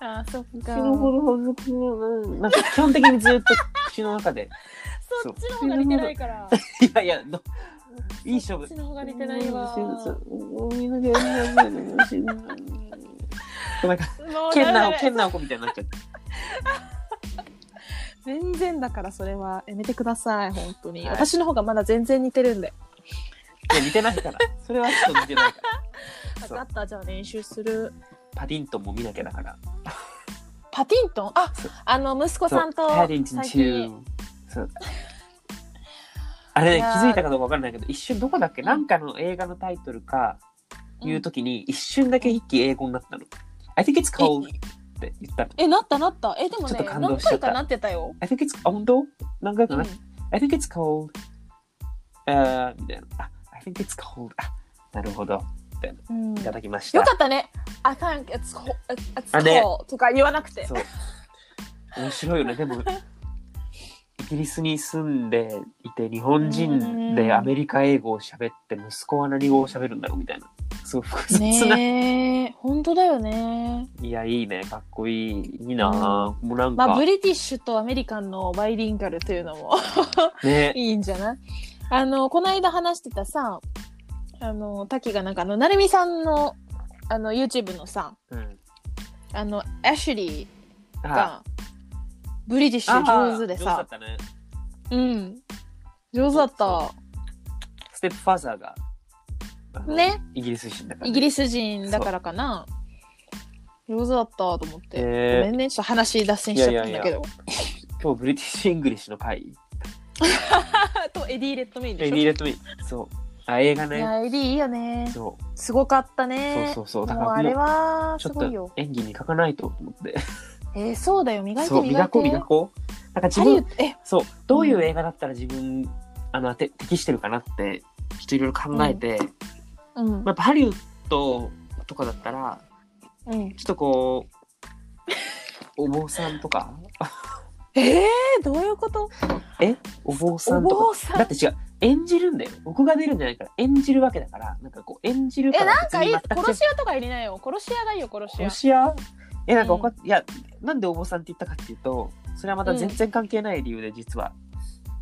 Speaker 2: あー、そっか。
Speaker 1: ど恥ずかしい。なんか基本的にずっと口の中で。
Speaker 2: そっちの方が似てないから。
Speaker 1: いやいや、どいい勝負
Speaker 2: そっちの方が似てないわ。
Speaker 1: うん
Speaker 2: も
Speaker 1: なんか、
Speaker 2: う
Speaker 1: ケンナ
Speaker 2: ダ
Speaker 1: オ、
Speaker 2: メ
Speaker 1: ケンナオコみたいになっちゃって。
Speaker 2: 全然だからそれはやめてください、本当に。
Speaker 1: はい
Speaker 2: 私の方がまだ全然似てるんで。
Speaker 1: いや、似てないから。それはちょっと似てないから。
Speaker 2: 分
Speaker 1: そう
Speaker 2: かった、じゃあ練習する。
Speaker 1: パディントンも見なきゃだから。
Speaker 2: パティントンあ
Speaker 1: そう、
Speaker 2: あの、息子さんと
Speaker 1: そうパディントン
Speaker 2: 最
Speaker 1: 中
Speaker 2: 近。。
Speaker 1: そうあれね、
Speaker 2: い
Speaker 1: 気
Speaker 2: やー
Speaker 1: づいたかどうかわかんないけど、一瞬どこだっけ
Speaker 2: うん
Speaker 1: なんかの映画のタイトルか、
Speaker 2: うん
Speaker 1: いうときに、一瞬だけ一気英語になったの。I think it's cold って言ったの。
Speaker 2: え、なったなった。え、でも
Speaker 1: ちょ
Speaker 2: ね
Speaker 1: っと、感動
Speaker 2: 何
Speaker 1: しちゃっ
Speaker 2: 回
Speaker 1: た
Speaker 2: かなってたよ。
Speaker 1: I think it's, あ、本当何回か
Speaker 2: うん
Speaker 1: な、I think it's cold. あーみたいな。あ、I think it's cold. あ、なるほど。
Speaker 2: うん
Speaker 1: いただきました。
Speaker 2: よかったね。I think it's cold, it's
Speaker 1: あね
Speaker 2: cold とか言わなくて。
Speaker 1: そう。面白いよね。でも、イギリスに住んでいて、日本人
Speaker 2: うん
Speaker 1: でアメリカ英語を喋って、息子は何語を喋るんだろうみたいな。すごい複雑な。
Speaker 2: ねえ、本当だよね。
Speaker 1: いや、いいね。かっこいい。いいなぁ、もうなんか、
Speaker 2: まあ、ブリティッシュとアメリカンのバイリンガルというのも
Speaker 1: ね。
Speaker 2: いいんじゃないあの、この間話してたさ、あの、滝がなんかあの、なるみさんの、あの、YouTube のさ、
Speaker 1: うん。
Speaker 2: あの、アシュリ
Speaker 1: あ
Speaker 2: ーが、ブリティッシュ上手で
Speaker 1: 上手だ
Speaker 2: さ
Speaker 1: っ、たね。
Speaker 2: うん。上手だった。
Speaker 1: ステップファーザーが、あの
Speaker 2: ね。
Speaker 1: イギリス人だから、
Speaker 2: イギリス人だからかな。上手だったと思って。
Speaker 1: えー
Speaker 2: ごめんね、ちょっと話脱線しちゃったんだけど。
Speaker 1: 今日ブリティッシュ・イングリッシュの回
Speaker 2: と、エディ・レッドメインで
Speaker 1: エ
Speaker 2: し
Speaker 1: デ
Speaker 2: ょ。
Speaker 1: ィ・レッドメインそうあ映画
Speaker 2: い
Speaker 1: ね
Speaker 2: や、エディいいよね。
Speaker 1: そう
Speaker 2: すごかった
Speaker 1: そう
Speaker 2: ね。
Speaker 1: そうそうだか
Speaker 2: もう
Speaker 1: ら
Speaker 2: あれ
Speaker 1: も
Speaker 2: は
Speaker 1: うち
Speaker 2: す
Speaker 1: ょっ
Speaker 2: ごいよ
Speaker 1: と。演技磨かないとと思って
Speaker 2: えー、そうだよ。磨い
Speaker 1: そ
Speaker 2: て
Speaker 1: う
Speaker 2: 磨
Speaker 1: 磨
Speaker 2: い
Speaker 1: こう
Speaker 2: て。
Speaker 1: 磨こうなんか自
Speaker 2: ハリウッ
Speaker 1: 分
Speaker 2: ドえ、
Speaker 1: そうどういう映画だったら自分、あのて適してるかなってちょっといろいろ考えて、
Speaker 2: うん
Speaker 1: まあ、やっぱハリウッドとかだったら
Speaker 2: うん。
Speaker 1: ちょっとこ うお坊さんとか
Speaker 2: えー、どういうこと？
Speaker 1: お坊さ
Speaker 2: お
Speaker 1: んとか
Speaker 2: 坊さ
Speaker 1: だっ
Speaker 2: ん。
Speaker 1: て違う演じるんだよ僕が出るんじゃないから演じるわけだからなんかこう演じるか
Speaker 2: え、
Speaker 1: ら
Speaker 2: なんかいい。
Speaker 1: 別に全く
Speaker 2: 殺し屋とか入れないよ。殺し屋がいいよ。殺し屋
Speaker 1: ロ。シアえなんかわかっ、いやなんでお坊さんって言ったかっていうとそれはまた全然関係ない理由で実は、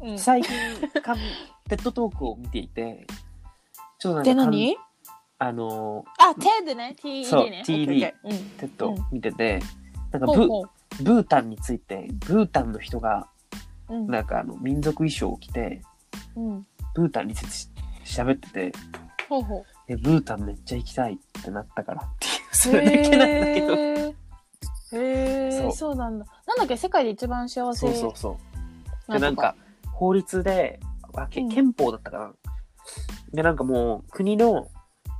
Speaker 2: うん。
Speaker 1: 最近かんテッドトークを見ていてちょっとなんか
Speaker 2: で
Speaker 1: かん
Speaker 2: 何？
Speaker 1: あの
Speaker 2: あ、テでね。T E
Speaker 1: そう
Speaker 2: D ね。
Speaker 1: TED
Speaker 2: オッケーオッケー。うん。
Speaker 1: テッドを見てて、なんか
Speaker 2: ほう
Speaker 1: ブ
Speaker 2: ほ
Speaker 1: ブータンについてブータンの人が
Speaker 2: う。うん。
Speaker 1: なんかあの民族衣装を着て
Speaker 2: うん。
Speaker 1: ブータンについてし喋ってて
Speaker 2: ほうほう。
Speaker 1: えブータンめっちゃ行きたいってなったからっていうそれで行けないんだけど、
Speaker 2: へー。へ
Speaker 1: そ
Speaker 2: ー
Speaker 1: う
Speaker 2: そうなんだ。なんだっけ世界で一番幸せ
Speaker 1: そうそうそうでなんか法律であけ
Speaker 2: うん
Speaker 1: 憲法だったかな、でなんかもう国の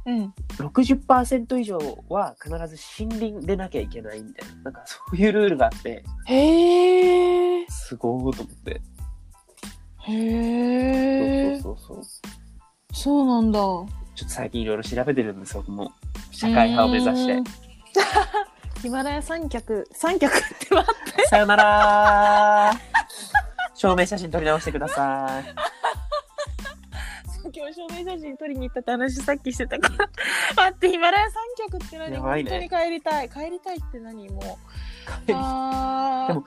Speaker 2: うん
Speaker 1: 60%以上は必ず森林でなきゃいけないみたいななんかそういうルールがあって
Speaker 2: へえ
Speaker 1: すごーと思って、
Speaker 2: へえ
Speaker 1: そうそうそうそう
Speaker 2: そうなんだ
Speaker 1: ちょっと最近いろいろ調べてるんですよ僕も社会派を目指して
Speaker 2: て。ヒマラヤ三脚、三脚っては
Speaker 1: さよならー 証明写真撮り直してください
Speaker 2: 今日証明写真撮りに行ったって話さっきしてたから待ってヒマラヤ三脚って何、
Speaker 1: やばい
Speaker 2: 本
Speaker 1: ね
Speaker 2: 当に帰りたい帰りたいって何もう
Speaker 1: 帰り
Speaker 2: あ
Speaker 1: で
Speaker 2: ー
Speaker 1: も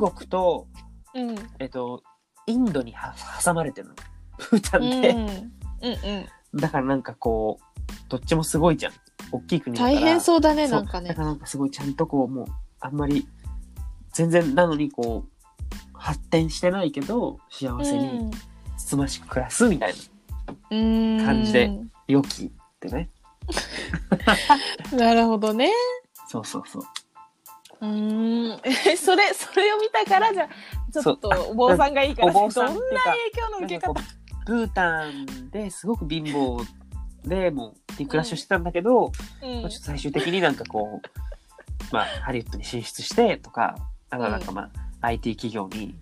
Speaker 1: 中国と
Speaker 2: うんうん
Speaker 1: えっとインドには挟まれてるの ブータンで、
Speaker 2: うんうん
Speaker 1: だからなんかこうどっちもすごいじゃん大きい国だから
Speaker 2: 大変そうだね
Speaker 1: そ
Speaker 2: な
Speaker 1: うんだ
Speaker 2: かね
Speaker 1: からなんかすごいちゃんとこうもうあんまり全然なのにこう発展してないけど幸せ
Speaker 2: う
Speaker 1: に
Speaker 2: ん
Speaker 1: つつましく暮らすみたいな、感
Speaker 2: 感
Speaker 1: じで良きってね。
Speaker 2: なるほどね
Speaker 1: そうそうそう。
Speaker 2: うーんえそれそれを見たからじゃちょっと
Speaker 1: そうあ
Speaker 2: お坊さんがいいから
Speaker 1: お坊さんっ
Speaker 2: ど
Speaker 1: てい
Speaker 2: ん
Speaker 1: うか
Speaker 2: な影響の
Speaker 1: な
Speaker 2: 受
Speaker 1: ん
Speaker 2: け
Speaker 1: かこ
Speaker 2: 方
Speaker 1: うブータンですごく貧乏でもうっていう暮らしをしてたんだけど、
Speaker 2: うん
Speaker 1: まあちょっと最終的になんかこう、まあ、ハリウッドに進出してとかあとはなんかまあ、IT 企業に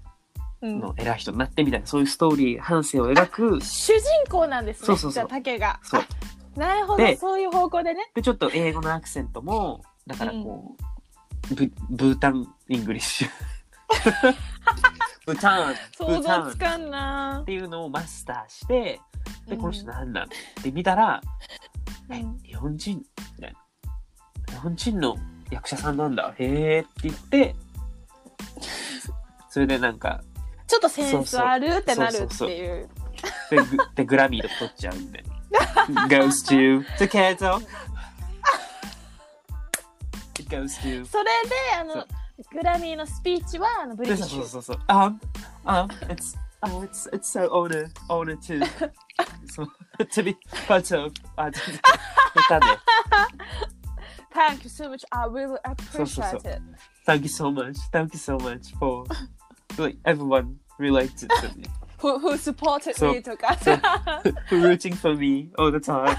Speaker 2: うん
Speaker 1: の偉い人になってみたいなそういうストーリー半生を描く
Speaker 2: 主人公なんですね
Speaker 1: そうそうそう
Speaker 2: じゃあ竹が
Speaker 1: そう
Speaker 2: なるほ
Speaker 1: で
Speaker 2: どそういう方向でね
Speaker 1: でちょっと英語のアクセントもだからこう、ブブータンイングリッ シュブータンブ
Speaker 2: 想
Speaker 1: ータン
Speaker 2: 像
Speaker 1: っ
Speaker 2: つかんな
Speaker 1: ていうのをマスターしてで
Speaker 2: うん
Speaker 1: この人なんなんって見たら、
Speaker 2: うん
Speaker 1: え日本人みたいな日本人の役者さんなんだへえって言ってそれでなんか
Speaker 2: ちょっとセンスあるってなるっていう
Speaker 1: でグでグラミーとか取っちゃうんで Goes to the kettle It goes to
Speaker 2: それであ
Speaker 1: そ
Speaker 2: の
Speaker 1: う
Speaker 2: グラミーのスピーチはあのブリティッシ
Speaker 1: そう
Speaker 2: ュ
Speaker 1: そうそうそう。Um, um, it's, oh, it's, it's so honor, honor to, so, to be part of. あ、ちょっと下手ね。
Speaker 2: Thank you so much I really
Speaker 1: そうそうそ
Speaker 2: appreciate
Speaker 1: う
Speaker 2: it
Speaker 1: Thank you so much, thank you so much for like everyone related to me,
Speaker 2: who, who supported
Speaker 1: そう
Speaker 2: me とか
Speaker 1: そう for rooting for me all the time.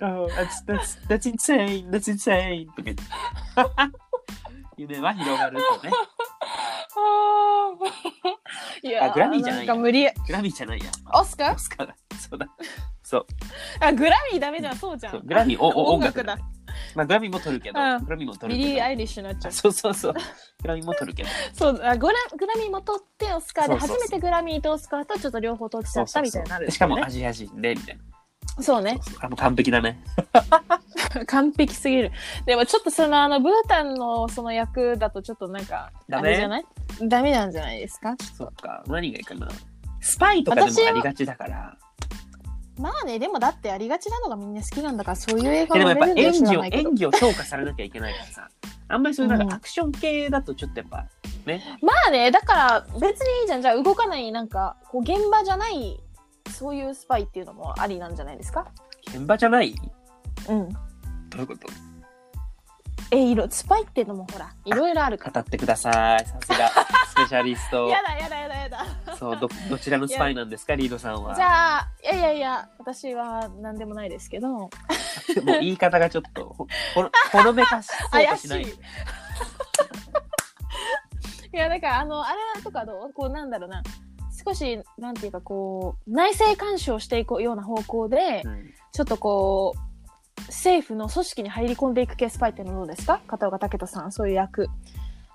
Speaker 1: Oh, that's that's that's insane, that's insane. とか言って夢は広がる とね。
Speaker 2: あーいや
Speaker 1: あグラミーじゃない
Speaker 2: んか無理や
Speaker 1: グラミーじゃないや。
Speaker 2: オスカー
Speaker 1: オスカーだ。そうだ。そう。
Speaker 2: あグラミーダメじゃんそうじゃ
Speaker 1: そうんグラミーおお
Speaker 2: 音
Speaker 1: 音楽
Speaker 2: 楽
Speaker 1: だ
Speaker 2: だ。
Speaker 1: まあグラミーも取るけど、
Speaker 2: うん
Speaker 1: グラミーも取
Speaker 2: ビ
Speaker 1: る
Speaker 2: リ
Speaker 1: け
Speaker 2: ー・ア
Speaker 1: ど。
Speaker 2: イリッシュになっち
Speaker 1: あ
Speaker 2: ゃう
Speaker 1: そうそうそう。グラミーも取るけど。
Speaker 2: そうあグラグラミーも取ってオスカーで
Speaker 1: そうそうそ
Speaker 2: 初
Speaker 1: う
Speaker 2: めてグラミーとオスカーとちょっと両方取っちゃったみたいになる
Speaker 1: で
Speaker 2: んです
Speaker 1: しか
Speaker 2: よね、
Speaker 1: もアジア人でみたいな。
Speaker 2: そうね
Speaker 1: そうそうあもう完璧だね。
Speaker 2: 完璧すぎるでもちょっとそのあのブータンのその役だとちょっとなんか
Speaker 1: ダ
Speaker 2: ダ
Speaker 1: メ
Speaker 2: メじゃないダメなんじゃないですか
Speaker 1: そっか。何がいいかな。スパイとかでもありがちだから。
Speaker 2: まあねでもだってありがちなのがみんな好きなんだからそういう映
Speaker 1: い
Speaker 2: 画
Speaker 1: やでも
Speaker 2: は
Speaker 1: やっぱ
Speaker 2: 見れるんでし
Speaker 1: 演技
Speaker 2: ょ
Speaker 1: を
Speaker 2: うがないけど
Speaker 1: 演技を評価されなきゃいけないからさ。あんまりそういうなん
Speaker 2: うん
Speaker 1: かアクション系だとちょっとやっぱね。
Speaker 2: まあねだから別にいいじゃんじゃあ動かないなんかこう現場じゃないそういうスパイっていうのもありなんじゃないですか
Speaker 1: 現場じゃない
Speaker 2: うん
Speaker 1: どういうこと
Speaker 2: えいろスパイっていうのもほらいろいろあるから
Speaker 1: 語ってください。さす がスペシャリスト
Speaker 2: や。だやだやだやだ
Speaker 1: そうどどちらのスパイなんですかリードさんは。
Speaker 2: じゃあいやいやいや私は何でもないですけど
Speaker 1: もう言い方がちょっとほほのほのめかしそう
Speaker 2: 怪
Speaker 1: と
Speaker 2: し
Speaker 1: し
Speaker 2: い
Speaker 1: ない。
Speaker 2: いやだからあのあれとかどうこうなんだろうな少しなんていうかこう内政干渉していくような方向で
Speaker 1: うん
Speaker 2: ちょっとこう政府の組織に入り込んでいく系スパイっていうのはどうですか片岡武人さんそういう役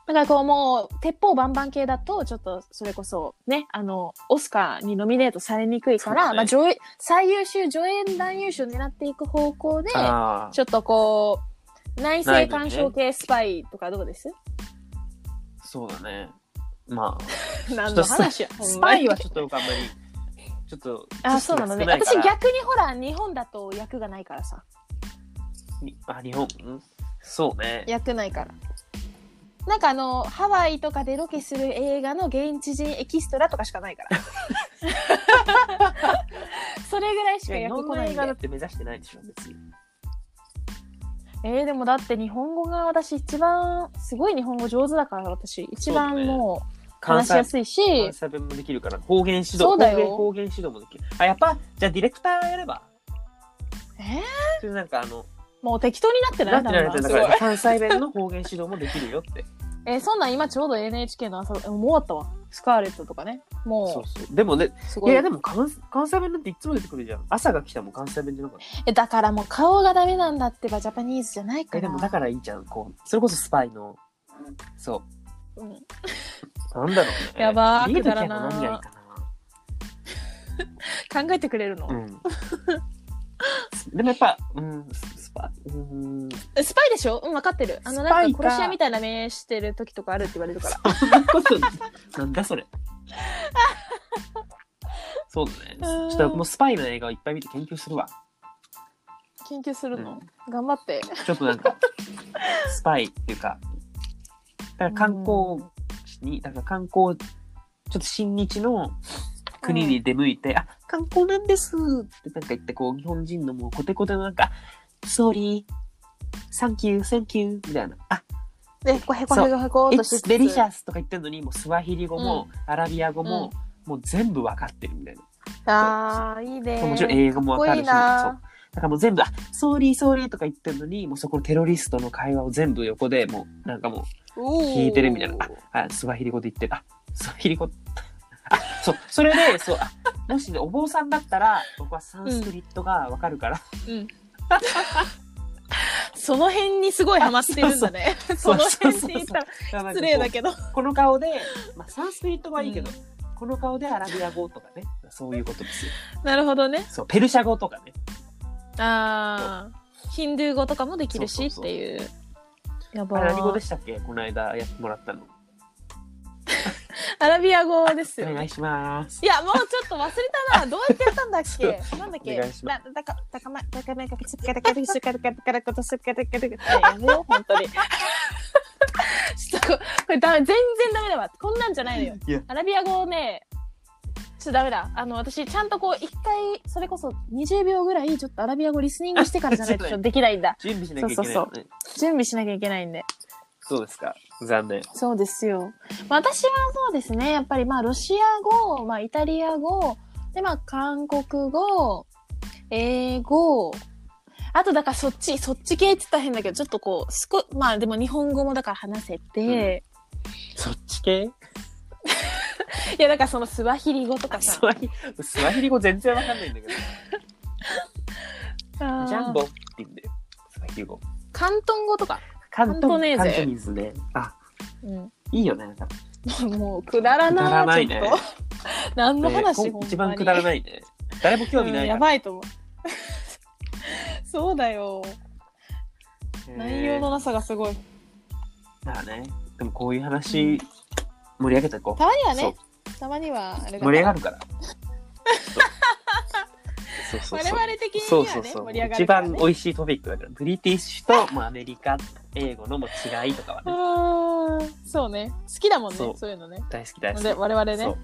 Speaker 2: だからこうもう鉄砲バンバン系だとちょっとそれこそねあのオスカーにノミネートされにくいか
Speaker 1: そう
Speaker 2: ら、
Speaker 1: だね
Speaker 2: まあ、上映最優秀助演男優賞を狙っていく方向で
Speaker 1: ああ。
Speaker 2: ちょっとこう内政干渉系スパイとかどうです、
Speaker 1: そうだね。まあ。
Speaker 2: 何の話や
Speaker 1: スパイは
Speaker 2: ほんまに
Speaker 1: ちょっとよくあんまり、ちょっと、
Speaker 2: あそうなのね
Speaker 1: 知識が少いか
Speaker 2: 私
Speaker 1: ら
Speaker 2: 逆にほら日本だと役がないからさ
Speaker 1: にあ、日本うんそうね。
Speaker 2: 役ないからなんかあのハワイとかでロケする映画の現地人エキストラとかしかないから それぐらいし
Speaker 1: い
Speaker 2: か
Speaker 1: や、日
Speaker 2: 役
Speaker 1: 本の
Speaker 2: 来ない
Speaker 1: 映
Speaker 2: ん
Speaker 1: 画だっ
Speaker 2: で
Speaker 1: て目指してないでしょ、別に。
Speaker 2: えー、でもだって日本語が私一番すごい日本語上手だから私一番
Speaker 1: そうだね
Speaker 2: もう
Speaker 1: 関
Speaker 2: 話し
Speaker 1: 西
Speaker 2: やすいし、
Speaker 1: 関西弁もできるから、方言指導、
Speaker 2: そ
Speaker 1: 方
Speaker 2: うだよ
Speaker 1: 言方言指導もできる。あ、やっぱ、じゃあディレクターやれば、
Speaker 2: えー、
Speaker 1: それなんかあの、
Speaker 2: もう適当になって
Speaker 1: な
Speaker 2: な
Speaker 1: いんてなれてる
Speaker 2: だ
Speaker 1: だ
Speaker 2: ん
Speaker 1: か
Speaker 2: だんすごい
Speaker 1: ら、関西弁の方言指導もできるよ って。
Speaker 2: えーそんなん今ちょうど NHK の朝えもう終わったわスカーレットとかね
Speaker 1: そ
Speaker 2: も
Speaker 1: うそう。でもね、
Speaker 2: うす
Speaker 1: い
Speaker 2: ごい
Speaker 1: やいや、でも関関西弁なんていつも出てくるじゃん。朝が来たも関西弁じゃなかった。
Speaker 2: えだからもう顔がダメなんだってばジャパニーズじゃないか
Speaker 1: え、
Speaker 2: ら
Speaker 1: でもだからいいじゃん、こう、それこそスパイの、そう。
Speaker 2: うん
Speaker 1: なんだろうね。
Speaker 2: やばー
Speaker 1: リード
Speaker 2: くだらなー
Speaker 1: キャラ何がいいか
Speaker 2: 考えてくれるの、
Speaker 1: な。うん。 でもやっぱ、うん、ススパイ、うん。
Speaker 2: えスパイでしょうん分かってるあの
Speaker 1: スパ
Speaker 2: なん
Speaker 1: イ
Speaker 2: か
Speaker 1: か
Speaker 2: 殺し屋みたいな目してる時とかあるって言われるから
Speaker 1: そんなことない、 なんだそれ。そうだね。
Speaker 2: うん
Speaker 1: ちょっともうスパイの映画をいっぱい見て研究するわ。
Speaker 2: 研究するの、
Speaker 1: う
Speaker 2: 頑張 って
Speaker 1: ちょっとなんか、スパイっていうか、だから観光に、だから観光、ちょっと親日の国に出向いて、あ、観光なんですってなんか言って、こう、日本人のもうコテコテのなんか、ソーリー、サンキュー、センキュー、みたいな。あ、
Speaker 2: で、へこへこへこへこっとし
Speaker 1: It's
Speaker 2: つつ
Speaker 1: delicious とか言ってるのに、もうスワヒリ語も、アラビア語も、もう全部わかってるみたいな。
Speaker 2: ああ、いいね。
Speaker 1: もちろん英語もわかるし、
Speaker 2: かっこいいな
Speaker 1: そう。だからもう全部、あ、ソーリー、ソーリーとか言ってるのに、もうそこのテロリストの会話を全部横でもう、なんかもう、聞
Speaker 2: 聞
Speaker 1: いてるみたいな。あ、あスワヒリ語で言ってる。あ、スワヒリ語。あ、そう、それで、そう、あ、もしね、お坊さんだったら、僕はサンスクリットがわかるから、
Speaker 2: うん。その辺にすごいハマってるんだね。
Speaker 1: そ
Speaker 2: そうの
Speaker 1: そう
Speaker 2: 辺
Speaker 1: そう
Speaker 2: って言ったら
Speaker 1: だからなんかこう
Speaker 2: 失礼だけど。
Speaker 1: この顔で、まあ、サンスクリットはいいけど、
Speaker 2: う
Speaker 1: この顔でアラビア語とかね、そういうことですよ。
Speaker 2: なるほどね。
Speaker 1: そう、ペルシャ語とかね。
Speaker 2: ああ、ヒンドゥー語とかもできるし
Speaker 1: そ
Speaker 2: っ
Speaker 1: うそうそう
Speaker 2: ていう。やば
Speaker 1: あ何語で
Speaker 2: ー
Speaker 1: したっけこの間やってもらったの。
Speaker 2: アラビア語です
Speaker 1: お
Speaker 2: よね
Speaker 1: 願い。します。
Speaker 2: いや、もうちょっと忘れたな。どうやってやったんだっけなんだっけ
Speaker 1: お願いしま
Speaker 2: なだか、だかま、だかめか、すっかだか、すっかだか、だか、すっかだか、だか、やめよう、本当に。ちょっとこ、これダメ、全然ダメだわ。こんなんじゃないのよ
Speaker 1: いや。
Speaker 2: アラビア語をね、ちょっとダメだ。あの、私、ちゃんとこう、一回、それこそ20秒ぐらい、ちょっとアラビア語リスニングしてからじゃないとちょっとできないんだ。
Speaker 1: 準備しなきゃいけない、ね。
Speaker 2: そうそう準備しなきゃいけないんで。
Speaker 1: そうですか。残念。
Speaker 2: そうですよ。まあ私はそうですね。やっぱりまあロシア語、まあイタリア語、でまあ韓国語、英語、あとだからそっち、そっち系って言ったら変だけど、ちょっとこう、すこ、まあでも日本語もだから話せて、
Speaker 1: そっち系
Speaker 2: いやだからそのスワヒリ語とかさ
Speaker 1: ス、ワヒスワヒリ語全然わかんないんだけど。
Speaker 2: ジ
Speaker 1: ジャンボって言うんだよ。スワヒリ語。
Speaker 2: 広東語とか、
Speaker 1: 関
Speaker 2: ントネーゼ
Speaker 1: 関東水ね。あ、
Speaker 2: うん
Speaker 1: いいよね。なんか
Speaker 2: もうくだらない。
Speaker 1: くだらないね
Speaker 2: ちょっと。何の
Speaker 1: ね
Speaker 2: 話、ほんまに
Speaker 1: 一番くだらないね。誰も興味な
Speaker 2: うん
Speaker 1: い
Speaker 2: や
Speaker 1: から。
Speaker 2: ばいと思う。 そうだよ。内容のなさがすごい。
Speaker 1: だからね。でもこういう話、盛り上げていこう。
Speaker 2: たまには
Speaker 1: そ
Speaker 2: ね
Speaker 1: う、
Speaker 2: たまにはあれだから
Speaker 1: 盛り上がる から。そうそうそう
Speaker 2: 我
Speaker 1: そう。
Speaker 2: 々的に
Speaker 1: そう
Speaker 2: は
Speaker 1: そう
Speaker 2: ね
Speaker 1: そう、
Speaker 2: 盛り上が
Speaker 1: 一
Speaker 2: るから、ね、
Speaker 1: 番美味しいトピックだからブリティッシュ ともうアメリカ英語のもう違いとかはね
Speaker 2: あーそうね好きだもんね
Speaker 1: そ
Speaker 2: そうういうのね
Speaker 1: 大好き大好
Speaker 2: の
Speaker 1: き
Speaker 2: で我々ね
Speaker 1: そう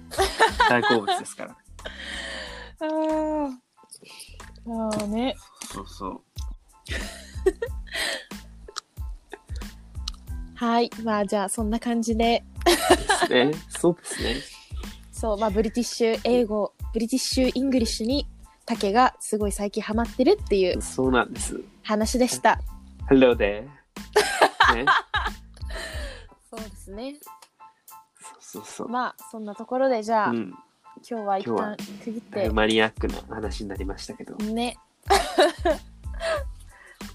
Speaker 1: 大好物ですから
Speaker 2: あーあーね
Speaker 1: そうそう
Speaker 2: はいまあじゃあそんな感じで
Speaker 1: ですねそうですね
Speaker 2: そうまあブリティッシュ英語ブリティッシュイングリッシュにタケがすごい最近ハマってるっていう
Speaker 1: そうなんです
Speaker 2: 話でした。
Speaker 1: Hello there ね
Speaker 2: そうですね。
Speaker 1: そうそうそう、
Speaker 2: まあそんなところでじゃあ、
Speaker 1: うん
Speaker 2: 今日は一
Speaker 1: 今日は
Speaker 2: 旦区切っ
Speaker 1: だい
Speaker 2: て
Speaker 1: ぶマニアックな話になりましたけど
Speaker 2: ね。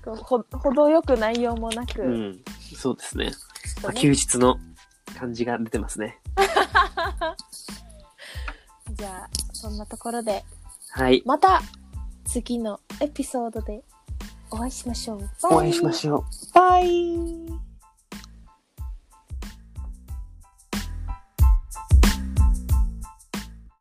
Speaker 2: こうほ程よく内容もなく、
Speaker 1: うんそうですね
Speaker 2: ちょっと
Speaker 1: まあ
Speaker 2: ね
Speaker 1: 休日の感じが出てますね
Speaker 2: じゃあそんなところで
Speaker 1: はい
Speaker 2: また次のエピソードでお会いしましょう。
Speaker 1: お会いしましょうバイ